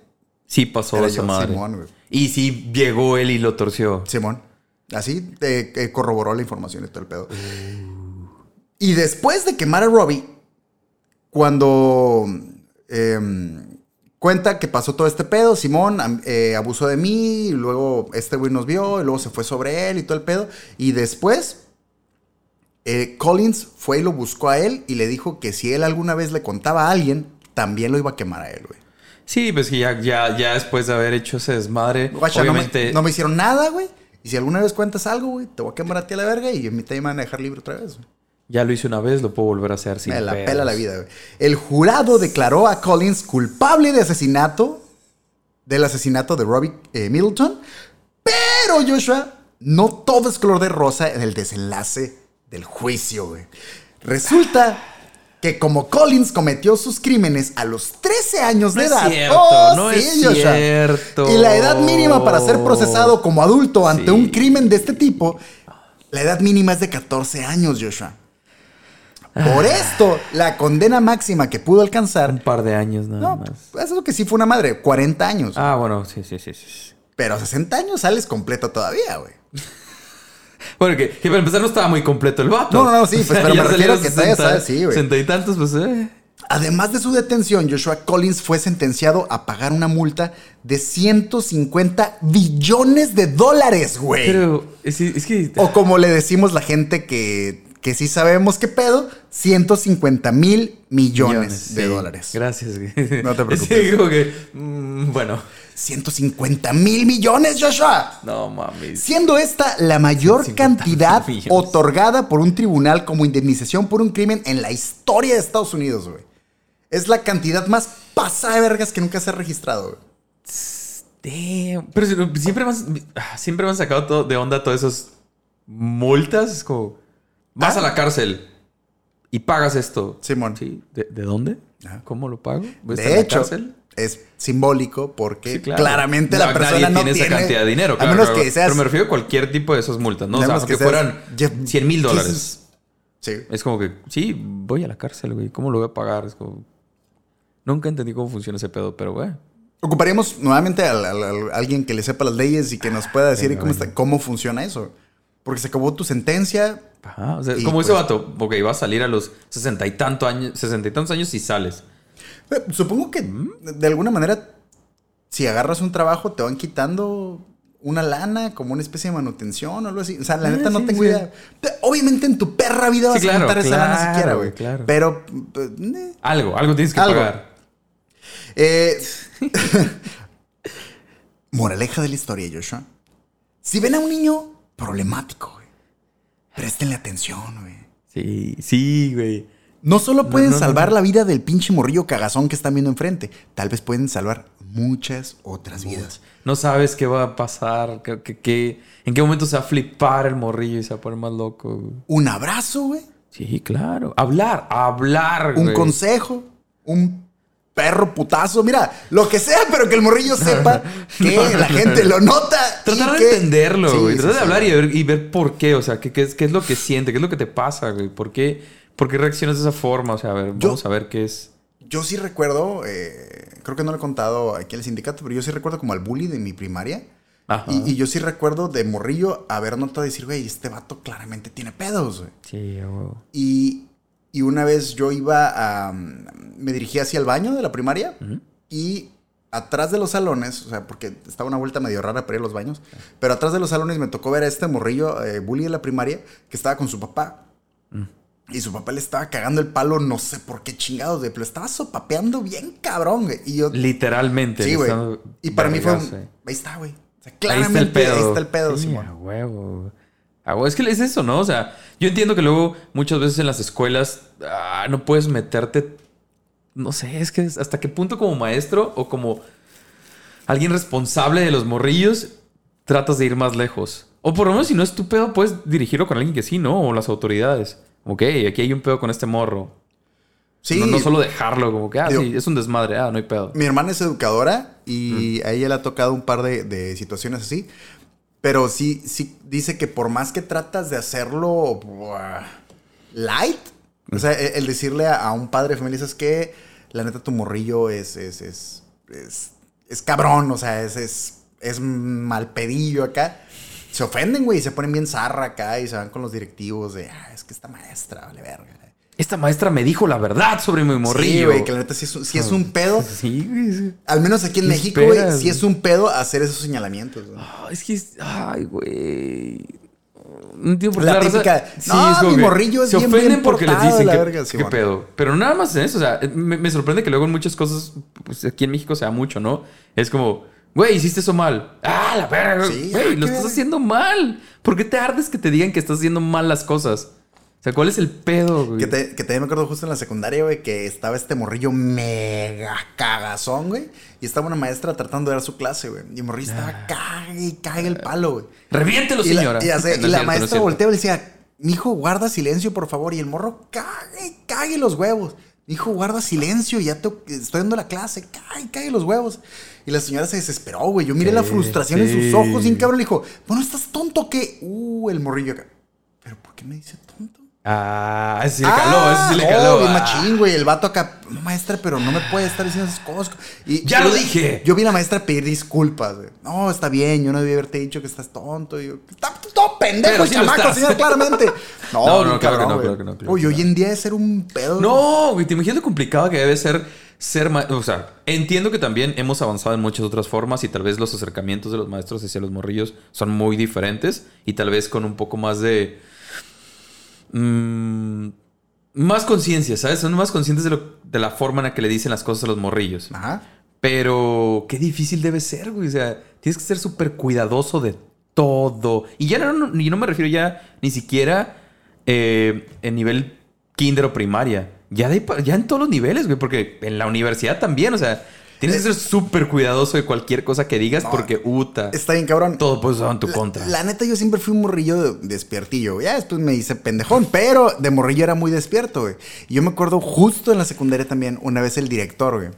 Sí pasó Era esa yo, madre. Simón, güey. y sí llegó él y lo torció. Simón. Así eh, eh, corroboró la información y todo el pedo. Y después de quemar a Robbie, cuando em, cuenta que pasó todo este pedo, Simón am- eh, abusó de mí, y luego este güey nos vio, y luego se fue sobre él y todo el pedo. Y después, eh, Collins fue y lo buscó a él y le dijo que si él alguna vez le contaba a alguien, también lo iba a quemar a él, güey. Sí, pues que ya, ya, ya después de haber hecho ese desmadre, Guacha, no me- obviamente. no, me, hicieron nada, güey. Y si alguna vez cuentas algo, güey, te voy a quemar a ti a la verga y en mi tema van a dejar libre otra vez. güey. Ya lo hice una vez, lo puedo volver a hacer sin Me la pedos. pela la vida, güey. El jurado declaró a Collins culpable de asesinato, del asesinato de Robbie eh, Middleton, pero Joshua, no todo es color de rosa en el desenlace del juicio, güey. Resulta que como Collins cometió sus crímenes a los 13 años de No es edad, oh, cierto, no es cierto. y la edad mínima para ser procesado como adulto ante Sí. un crimen de este tipo, la edad mínima es de 14 años, Joshua. Por Ah. esto, la condena máxima que pudo Un alcanzar, par de años nada no, más. eso es lo que sí fue una madre, 40 años. Ah, bueno, sí, sí, sí, sí. sí. Pero a 60 años sales completo todavía, güey. Bueno, que, que para empezar no estaba muy completo el vato. No, no, no, sí, pues, pero ya me refiero salieron que todavía sabes, sí, güey. 60 y tantos, pues, eh. Además de su detención, Joshua Collins fue sentenciado a pagar una multa de 150 billones de dólares, güey. Pero es, es que... O como le decimos la gente que, que sí sabemos qué pedo, 150 mil millones, de sí. dólares. Gracias, güey. No te preocupes. Sí, como que... mm, bueno, 150 mil millones, Joshua. no mames. Siendo esta la mayor 150 cantidad millones. otorgada por un tribunal como indemnización por un crimen en la historia de Estados Unidos, güey. Es la cantidad más pasada de vergas que nunca se ha registrado, güey. Damn. Pero si- siempre me han- ah, siempre me han sacado todo- de onda todas esas multas. Es como... Vas a la cárcel y pagas esto. Simón. Sí. ¿De, de dónde? Ajá. ¿Cómo lo pago? ¿Voy a estar en De la hecho, cárcel? es simbólico porque Sí, claro. claramente la No, nadie persona no tiene tiene esa cantidad de dinero. a claro, menos claro. que seas Pero me refiero a cualquier tipo de esas multas, ¿no? O a sea, menos aunque seas fueran Jeff- 100 mil dólares. Jesus. Sí. Es como que, sí, voy a la cárcel, güey. ¿Cómo lo voy a pagar? Es como... Nunca entendí cómo funciona ese pedo, pero, güey. Ocuparemos nuevamente a, alguien que le sepa las leyes y que nos pueda decir venga, cómo, venga. está- cómo funciona eso. Porque se acabó tu sentencia. Ajá. O sea, Y como ese pues- vato, ok, va a salir a los sesenta y tanto años, sesenta y tantos años y sales. Eh, Supongo que mm, de alguna manera, si agarras un trabajo, te van quitando una lana como una especie de manutención o algo así. O sea, la Ah, neta no sí, tengo sí. idea. Te- Obviamente en tu perra vida Sí, vas claro, a contar esa lana claro, siquiera, güey. claro. Pero eh, eh, Algo, algo tienes que Algo. pagar. Eh, moraleja de la historia, Joshua. Si ven a un niño problemático, güey, préstenle atención, güey. Sí, sí, güey. No solo pueden no, no, salvar la vida del pinche morrillo cagazón que están viendo enfrente, tal vez pueden salvar muchas otras vidas. No sabes qué va a pasar, qué, qué- qué- en qué momento se va a flipar el morrillo y se va a poner más loco. güey. Un abrazo, güey. Sí, claro. Hablar, hablar, Un güey. consejo. Un perro putazo. Mira, lo que sea, pero que el morrillo sepa que No, la no, gente no. lo nota. y Tratar de que- entenderlo, Sí, güey. sí, Tratar de sí. hablar y ver, y ver por qué. O sea, qué, qué es, qué es lo que siente, qué es lo que te pasa, güey. ¿Por qué, por qué reaccionas de esa forma? O sea, a ver, Yo- vamos a ver qué es. Yo sí recuerdo, eh, creo que no lo he contado aquí en el sindicato, pero yo sí recuerdo como al bully de mi primaria. Ajá. Y, y yo sí recuerdo de morrillo haber notado decir, güey, este vato claramente tiene pedos, güey. Sí, güey. Y, y una vez yo iba a... mm, me dirigí hacia el baño de la primaria y atrás de los salones, o sea, porque estaba una vuelta medio rara para ir a los baños, pero atrás de los salones me tocó ver a este morrillo eh, bully de la primaria que estaba con su papá. Mm. Y su papá le estaba cagando el palo, no sé por qué chingados, güey, pero estaba sopapeando bien cabrón, güey. Y yo... Literalmente. sí, le güey. están dando Y para mí fue... un- vergazo, eh. ahí está, güey. O sea, Ahí claramente está el pedo. Ahí está el pedo, Sí, Simón. A huevo. A huevo. Es que es eso, ¿no? O sea, yo entiendo que luego muchas veces en las escuelas ah, no puedes meterte. No sé, es que es- hasta qué punto como maestro o como alguien responsable de los morrillos tratas de ir más lejos. O por lo menos si no es tu pedo, puedes dirigirlo con alguien que sí, ¿no? O las autoridades. Ok, aquí hay un pedo con este morro. Sí, No, no solo dejarlo, como que, ah, Digo- sí, es un desmadre, ah, no hay pedo. Mi hermana es educadora y a ella le ha tocado un par de, de situaciones así. Pero sí, sí dice que por más que tratas de hacerlo buah, light, o sea, e- el decirle a, a un padre de familia, es que la neta tu morrillo es, es, es, es, es cabrón, o sea, es, es, es malpedillo acá. Se ofenden, güey, y se ponen bien zarra acá y se van con los directivos de, ah, es que esta maestra, vale verga. Esta maestra me dijo la verdad sobre mi Sí, morrillo. güey, que la neta sí es, un- sí es un pedo. Sí, güey. sí. Al menos aquí en ¿Qué México, güey, esperas, sí güey? es un pedo hacer esos señalamientos, güey. Ah, es que. es- Ay, güey. No entiendo por qué La raza- típica, "No, como mi que morrillo es Se bien- ofenden bien porque les portado, dicen la que, verga, sí, qué bueno. pedo. Pero nada más en eso. O sea, me, me sorprende que luego en muchas cosas, pues, aquí en México se da mucho, ¿no? Es como, güey, hiciste eso mal. Ah, la verga. Sí, ah, güey, qué lo estás verga. haciendo mal. ¿Por qué te ardes que te digan que estás haciendo mal las cosas? O sea, ¿cuál es el pedo, güey? Que, te- que también me acuerdo justo en la secundaria, güey, que estaba este morrillo mega cagazón, güey. Y estaba una maestra tratando de dar su clase, güey. Y el morrillo estaba Ah. cague y cague el palo, güey. Reviéntelo, Y la, señora. y hace- No y es la cierto, no es maestra cierto. volteaba y le decía, mijo, guarda silencio, por favor. Y el morro, cague, y cague los huevos. Mijo, guarda silencio, ya te, estoy dando la clase, cague, cague los huevos. Y la señora se desesperó, güey. Yo miré la Sí, frustración en sí. sus ojos y un cabrón le dijo, bueno, estás tonto que... Uh, el morrillo acá. Pero ¿por qué me dice tonto? Ah, ese sí le caló, ese sí le caló. Oh, bien ah. machín, güey. El vato acá, no, maestra, pero no me puede estar diciendo esas cosas. Y Ya lo dije. Yo vi a la maestra pedir disculpas, güey. No, está bien, yo no debí haberte dicho que estás tonto. Y yo, está todo pendejo, Pero el sí lo chamaco, estás. señor, claramente. No, No, no, bien claro que no, güey. claro que no, claro Uy, que hoy no. en día es ser un pedo. No, güey, te imaginas lo complicado que debe ser ser maestro. O sea, entiendo que también hemos avanzado en muchas otras formas y tal vez los acercamientos de los maestros hacia los morrillos son muy diferentes y tal vez con un poco más de. mm, más conciencia, ¿sabes? Son más conscientes de, lo- de la forma en la que le dicen las cosas a los morrillos. Ajá. Pero qué difícil debe ser, güey. O sea, tienes que ser súper cuidadoso de todo. Y ya no, no- y no me refiero ya ni siquiera eh, en nivel kinder o primaria. Ya, de, pa- ya en todos los niveles, güey. Porque en la universidad también, o sea, tienes que ser súper cuidadoso de cualquier cosa que digas No, porque, uta, Está bien, cabrón. todo puede usar en tu contra. La neta, yo siempre fui un morrillo de- despiertillo. güey. Ya después me hice pendejón, pero de morrillo era muy despierto, güey. Y yo me acuerdo justo en la secundaria también, una vez el director, güey.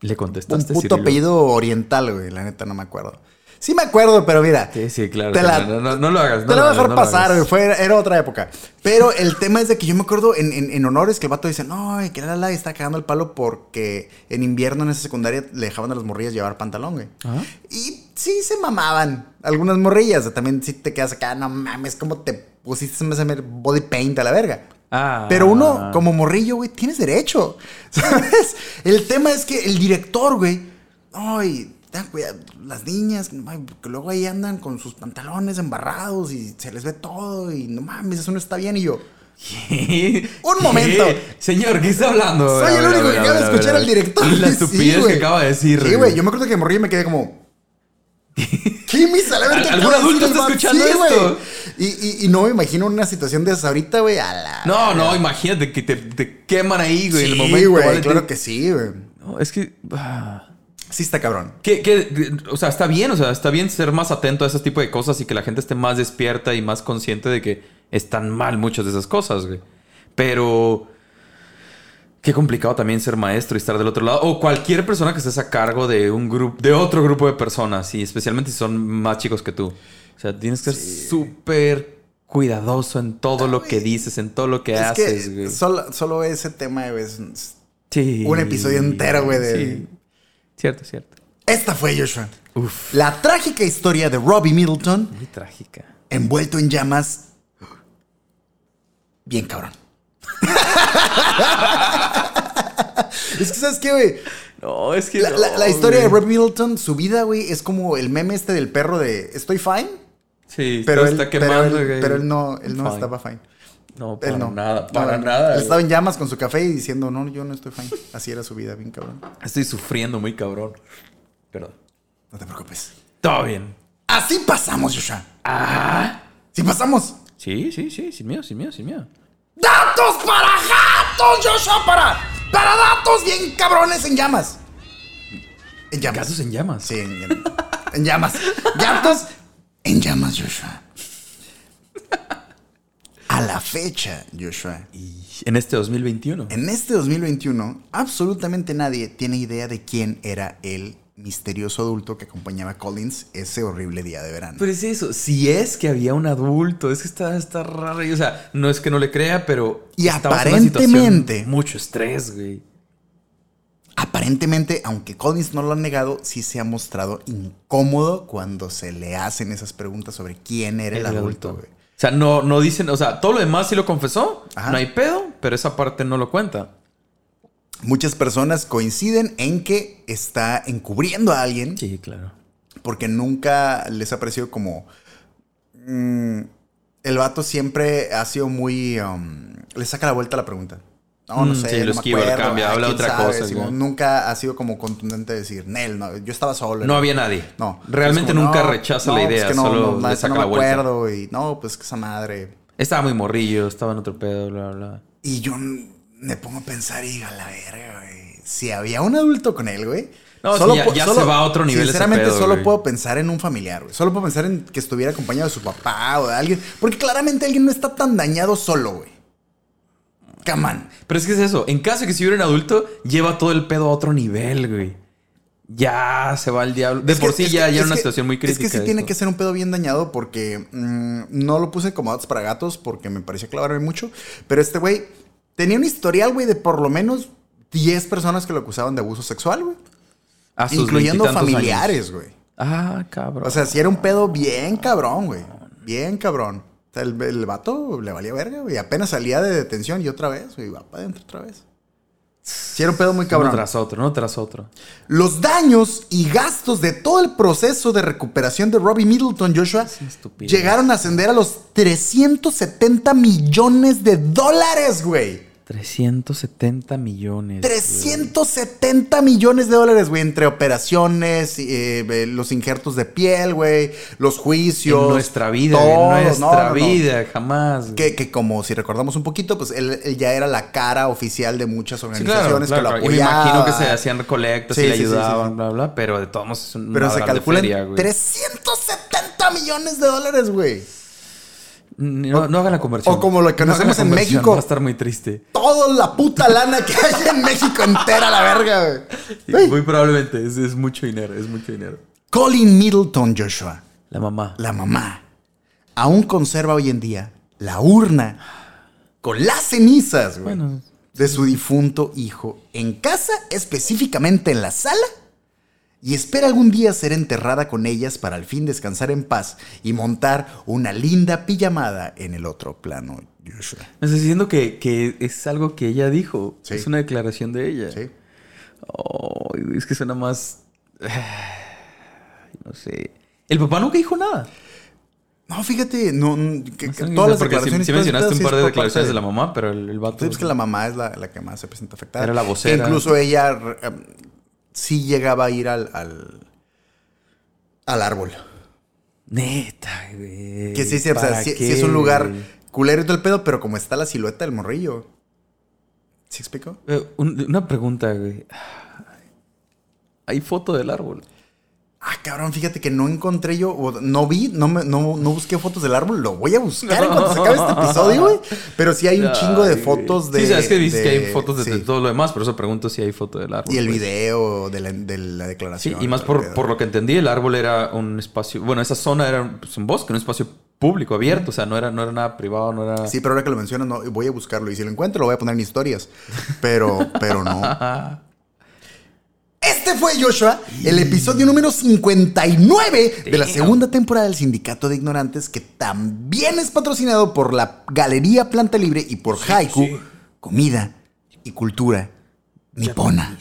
Le Un contestaste, puto Cirilo. apellido oriental, güey. La neta, no me acuerdo. Sí me acuerdo, pero mira. Sí, sí, claro. Te la, no, no- no lo hagas. te no la lo voy a hagas, dejar no lo pasar, hagas. güey. Fue- Era otra época. Pero el tema es de que yo me acuerdo en, en- en honores que el vato dice, no, que la la está cagando el palo porque en invierno en esa secundaria le dejaban a las morrillas llevar pantalón, güey. Ajá. Y sí se mamaban algunas morrillas. También sí te quedas acá, no mames, ¿cómo te pusiste ese body paint a la verga? Ah. Pero uno, como morrillo, güey, tienes derecho. ¿Sabes? El tema es que el director, güey, ay, ten cuidado, las niñas, no mames, que luego ahí andan con sus pantalones embarrados y se les ve todo y no mames, eso no está bien. Y yo, Un momento. ¿Qué? Señor, ¿qué está hablando? A soy ver, el a único ver, que a acaba de ver, a ver, escuchar a ver. al director. Y la Sí, estupidez que güey. acaba de decir. Sí, güey, yo me acuerdo que morrillo me quedé como... ¿Qué misa? La verga ¿Algún acaba de adulto decir el está vato? escuchando Sí, güey. esto? Y, y, y no me imagino una situación de esa ahorita, güey, a la... No, no, imagínate que te, te queman ahí, güey, en el Sí, momento. güey, ¿vale? claro Te- que sí, güey. No, es que... ah. Sí está cabrón. Que- que- o sea, está bien, o sea, está bien ser más atento a ese tipo de cosas y que la gente esté más despierta y más consciente de que están mal muchas de esas cosas, güey. Pero qué complicado también ser maestro y estar del otro lado o cualquier persona que estés a cargo de un grupo, de otro grupo de personas y especialmente si son más chicos que tú. O sea, tienes que ser súper cuidadoso en todo lo que dices, en todo lo que Es haces, que güey. solo, solo ese tema güey, es... Sí. un episodio entero, güey, de- Cierto, cierto. Esta fue Joshua. Uf, La trágica historia de Robbie Middleton muy trágica. envuelto en llamas. Bien cabrón. es que, ¿sabes qué, güey? No, es que La, la- no, la historia de güey. Robbie Middleton, su vida, güey, es como el meme este del perro de estoy fine, Sí, pero él, está pero quemando. él- güey. pero él no, él no Fine. estaba fine. No, para Él no. nada, No, para no, no. nada. Él güey. estaba en llamas con su café y diciendo, no, yo no estoy fine. Así era su vida, bien cabrón. Estoy sufriendo muy cabrón. Perdón. No te preocupes. Todo bien. Así pasamos, Joshua. Ah. Sí pasamos. Sí, sí, sí, sin miedo, sin miedo, sin miedo. Datos para gatos, Joshua, para, para datos bien cabrones en llamas. En llamas. Casos en llamas. Sí, en, en- en llamas. Gatos en llamas, Joshua. A la fecha, Joshua, Y en este 2021. en este 2021, absolutamente nadie tiene idea de quién era el misterioso adulto que acompañaba a Collins ese horrible día de verano. Pero es eso, si es que había un adulto, es que está, está raro. y, O sea, no es que no le crea, pero. Y estamos en una situación aparentemente- Mucho estrés, güey. Aparentemente, aunque Collins no lo ha negado, sí se ha mostrado incómodo cuando se le hacen esas preguntas sobre quién era el, adulto. güey. O sea, no, no dicen, o sea, todo lo demás sí lo confesó, Ajá. no hay pedo, pero esa parte no lo cuenta. Muchas personas coinciden en que está encubriendo a alguien Sí, claro. porque nunca les ha parecido como... mm, el vato siempre ha sido muy... um, le saca la vuelta a la pregunta. No, no Mm, sé, sí, lo no me esquiva, lo acuerdo, cambia, ay, habla quién otra cosa, Simón, güey. nunca ha sido como contundente decir, Nel, no, yo estaba solo. No había nadie. No. Realmente Es como, nunca no, rechaza no, la pues idea, que no, solo no, no, le eso saca no la me vuelta. acuerdo y no, pues que esa madre. Estaba muy morrillo, estaba en otro pedo, bla, bla. Y yo n- me pongo a pensar y digo, a la verga, güey. Si había un adulto con él, güey. No, sí, ya- pu- ya se va a otro nivel ese Sinceramente, pedo, solo güey. puedo pensar en un familiar, güey. Solo puedo pensar en que estuviera acompañado de su papá o de alguien. Porque claramente alguien no está tan dañado solo, güey. Come on. Pero es que es eso, en caso de que si hubiera un adulto, lleva todo el pedo a otro nivel, güey. ya se va al diablo. De Es por que- sí es ya, que- ya es era una que- situación muy crítica. Es que sí tiene esto. que ser un pedo bien dañado porque mm, no lo puse como datos para gatos porque me parecía clavarme mucho. Pero este güey tenía un historial, güey, de por lo menos 10 personas que lo acusaban de abuso sexual, güey. A sus Incluyendo veintitantos años. familiares, güey. Ah, cabrón. O sea, si era un pedo bien cabrón, güey. Bien cabrón. O sea, el, el vato le valía verga, güey. Apenas salía de detención y otra vez, güey, va para adentro otra vez. Si era un pedo muy uno cabrón. tras otro, uno tras otro. Los daños y gastos de todo el proceso de recuperación de Robbie Middleton Joshua Es estupidez. llegaron a ascender a los 370 millones de dólares, güey. 370 millones. güey. 370 millones de dólares, güey, entre operaciones, eh, eh, los injertos de piel, güey, los juicios. En nuestra vida, todo, en no, nuestra no, no. vida, jamás. güey. Que, que como si recordamos un poquito, pues él, él ya era la cara oficial de muchas Sí, claro, organizaciones que claro, lo claro. Y me imagino que se apoyaban. hacían recolectas Sí, y le sí, sí, sí, sí. ayudaban, bla, bla. Pero de todos modos es un. Pero se calculan Feria, güey. 370 millones de dólares, güey. No, no hagan la conversión. o como lo que No nos hagan la hacemos en conversión, México. Va a estar muy triste. Toda la puta lana que hay en México entera, la verga, güey. Sí, muy probablemente. Es, es mucho dinero, es mucho dinero. Colin Middleton Joshua, La mamá. la mamá, aún conserva hoy en día la urna con las cenizas, güey, Bueno. de su difunto hijo en casa, específicamente en la sala, y espera algún día ser enterrada con ellas para al fin descansar en paz y montar una linda pijamada en el otro plano, Joshua. Me estás diciendo que, que es algo que ella dijo. Sí. Es una declaración de ella. ¿Sí? Oh, es que suena más. No sé. El papá nunca dijo nada. No, fíjate, no, no, que- No que sé, todas las porque declaraciones. sí- y sí todo ese mencionaste pedo un sí es par de por parte declaraciones de la mamá, pero el, el Sí, vato. pues que la mamá es la, la que más se presenta afectada. Era la vocera. Que incluso ella re- em, sí llegaba a ir al, al, al árbol. Neta, güey. Que sí, sí, o sea, ¿para sí, qué, sí es un lugar güey? culero y todo el pedo, pero como está la silueta del morrillo. ¿Sí explico? Eh, un- una pregunta, güey. Hay foto del árbol. Ah, cabrón, fíjate que no encontré yo, o no vi, no, me- no, no busqué fotos del árbol. Lo voy a buscar en cuanto se acabe este episodio, güey. Pero sí hay un chingo de Ay, güey. fotos de. Sí, sabes que dices que hay de- fotos de, sí. de todo lo demás, por eso pregunto si hay foto del árbol. Y el güey. video de la, de la Sí, declaración. y más todo el por, pedo. por lo que entendí, el árbol era un espacio. Bueno, esa zona era un- pues, un bosque, un espacio público, abierto. O sea, no era, no era nada privado, no era. Sí, pero ahora que lo mencionas, no, voy a buscarlo. Y si lo encuentro, lo voy a poner en historias. Pero, pero no. Este fue Joshua, el episodio número 59 de la Damn. segunda temporada del Sindicato de Ignorantes, que también es patrocinado por la Galería Planta Libre y por Haiku, Comida y Cultura Nipona.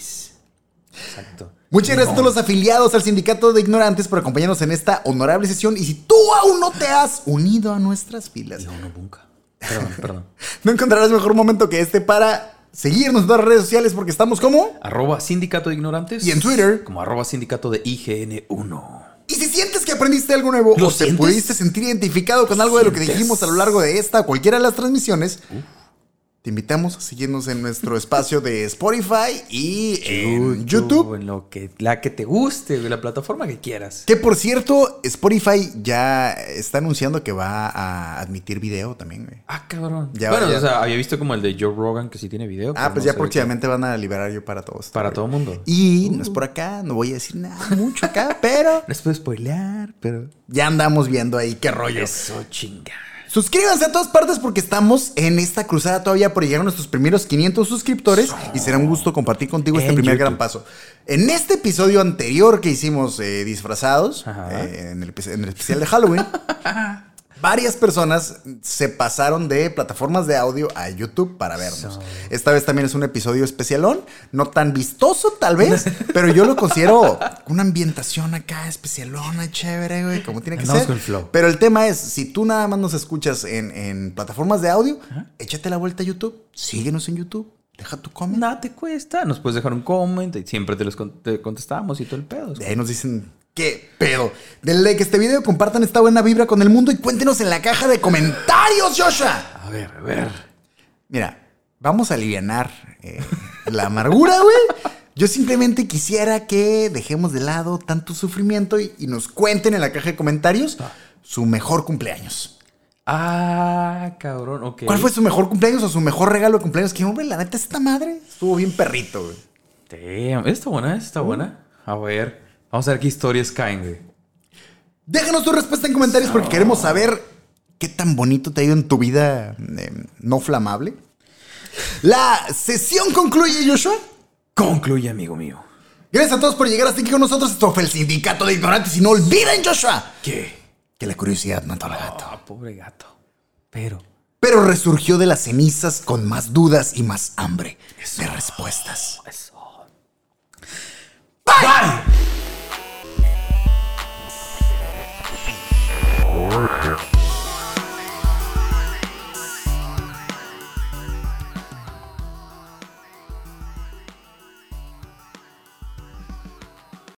Exacto. Muchas gracias a todos los afiliados al Sindicato de Ignorantes por acompañarnos en esta honorable sesión. Y si tú aún no te has unido a nuestras filas, No, no, nunca. Perdón, perdón. No encontrarás mejor momento que este para seguirnos en todas las redes sociales porque estamos como. Arroba sindicato de ignorantes. Y en Twitter. Como arroba sindicato de IGN1. Y si sientes que aprendiste algo nuevo ¿Lo o te sientes? pudiste sentir identificado con algo de lo que ¿Sientes? Uh. dijimos a lo largo de esta o cualquiera de las transmisiones, te invitamos a seguirnos en nuestro espacio de Spotify y en YouTube. En lo que, la que te guste, güey, la plataforma que quieras. Que por cierto, Spotify ya está anunciando que va a admitir video también, güey. Ah, cabrón. Ya, bueno, ya. o sea, había visto como el de Joe Rogan que sí tiene video. Ah, pero pues no ya sé próximamente van a liberar yo para todos. qué- Para todo Uh. mundo. Y no es por acá, no voy a decir nada mucho acá, pero No les puedo spoilear, pero. ya andamos viendo ahí qué rollo. Eso, chinga. Suscríbanse a todas partes porque estamos en esta cruzada todavía por llegar a nuestros primeros 500 suscriptores y será un gusto compartir contigo este En primer YouTube. gran paso. En este episodio anterior que hicimos eh, disfrazados, Ajá. eh, en, el, epi- en el especial de Halloween, varias personas se pasaron de plataformas de audio a YouTube para vernos. So. Esta vez también es un episodio especialón, no tan vistoso tal vez, pero yo lo considero una ambientación acá especialona, chévere, güey, como tiene que Andamos ser. con el flow. Pero el tema es, si tú nada más nos escuchas en, en plataformas de audio, échate la vuelta a YouTube, síguenos en YouTube, deja tu comment. Nada te cuesta. Nos puedes dejar un comment. y Siempre te los con- te contestamos y todo el pedo. De ahí nos dicen, ¿qué pedo? Denle like a este video, compartan esta buena vibra con el mundo y cuéntenos en la caja de comentarios, Joshua. A ver, a ver. Mira, vamos a aliviar la amargura, güey. Yo simplemente quisiera que dejemos de lado tanto sufrimiento y, y nos cuenten en la caja de comentarios su mejor cumpleaños. Ah, cabrón, ok. ¿Cuál fue su mejor cumpleaños o su mejor regalo de cumpleaños? Que, hombre, la neta, esta madre estuvo bien perrito, güey. ¿Mm? Damn, está buena, está buena. A ver. Vamos a ver qué historias caen, güey. Déjanos tu respuesta en comentarios porque queremos saber qué tan bonito te ha ido en tu vida eh, no flamable. La sesión concluye, Joshua. Concluye, amigo mío. Gracias a todos por llegar hasta aquí con nosotros. Esto fue el Sindicato de Ignorantes. Y no olviden, Joshua, ¿Qué? que la curiosidad mató al gato. Ah, pobre gato. Pero. Pero resurgió de las cenizas con más dudas y más hambre de respuestas. ¡Bye!